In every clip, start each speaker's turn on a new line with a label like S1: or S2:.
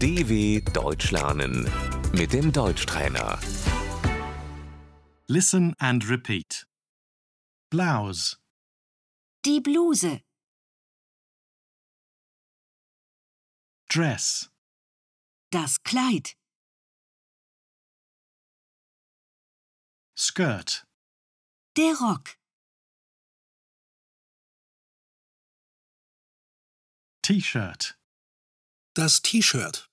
S1: DW Deutsch lernen mit dem Deutschtrainer.
S2: Listen and repeat. Blouse,
S3: Die Bluse,
S2: dress,
S3: das Kleid,
S2: skirt,
S3: der Rock,
S2: t-shirt,
S4: Das T-Shirt.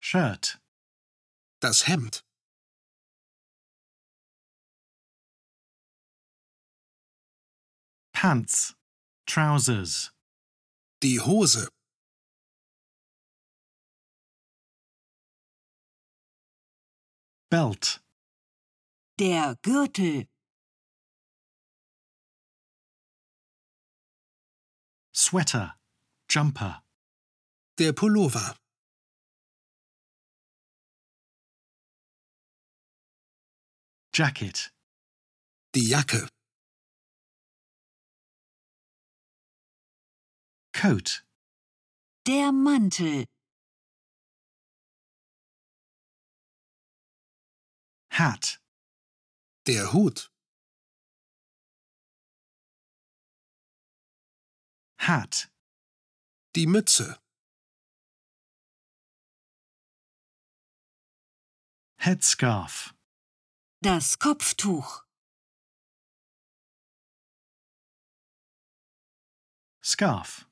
S2: shirt,
S4: Das Hemd.
S2: pants, trousers,
S4: Die Hose.
S2: belt,
S3: der Gürtel,
S2: sweater, jumper,
S4: Der Pullover.
S2: jacket,
S4: Die Jacke.
S2: coat,
S3: der Mantel,
S2: hat,
S4: Der Hut.
S2: hat,
S4: Die Mütze.
S2: headscarf,
S3: das Kopftuch,
S2: scarf,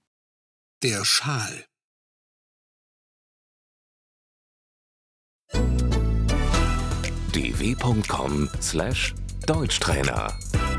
S4: Der Schal.
S1: dw.com/deutschtrainer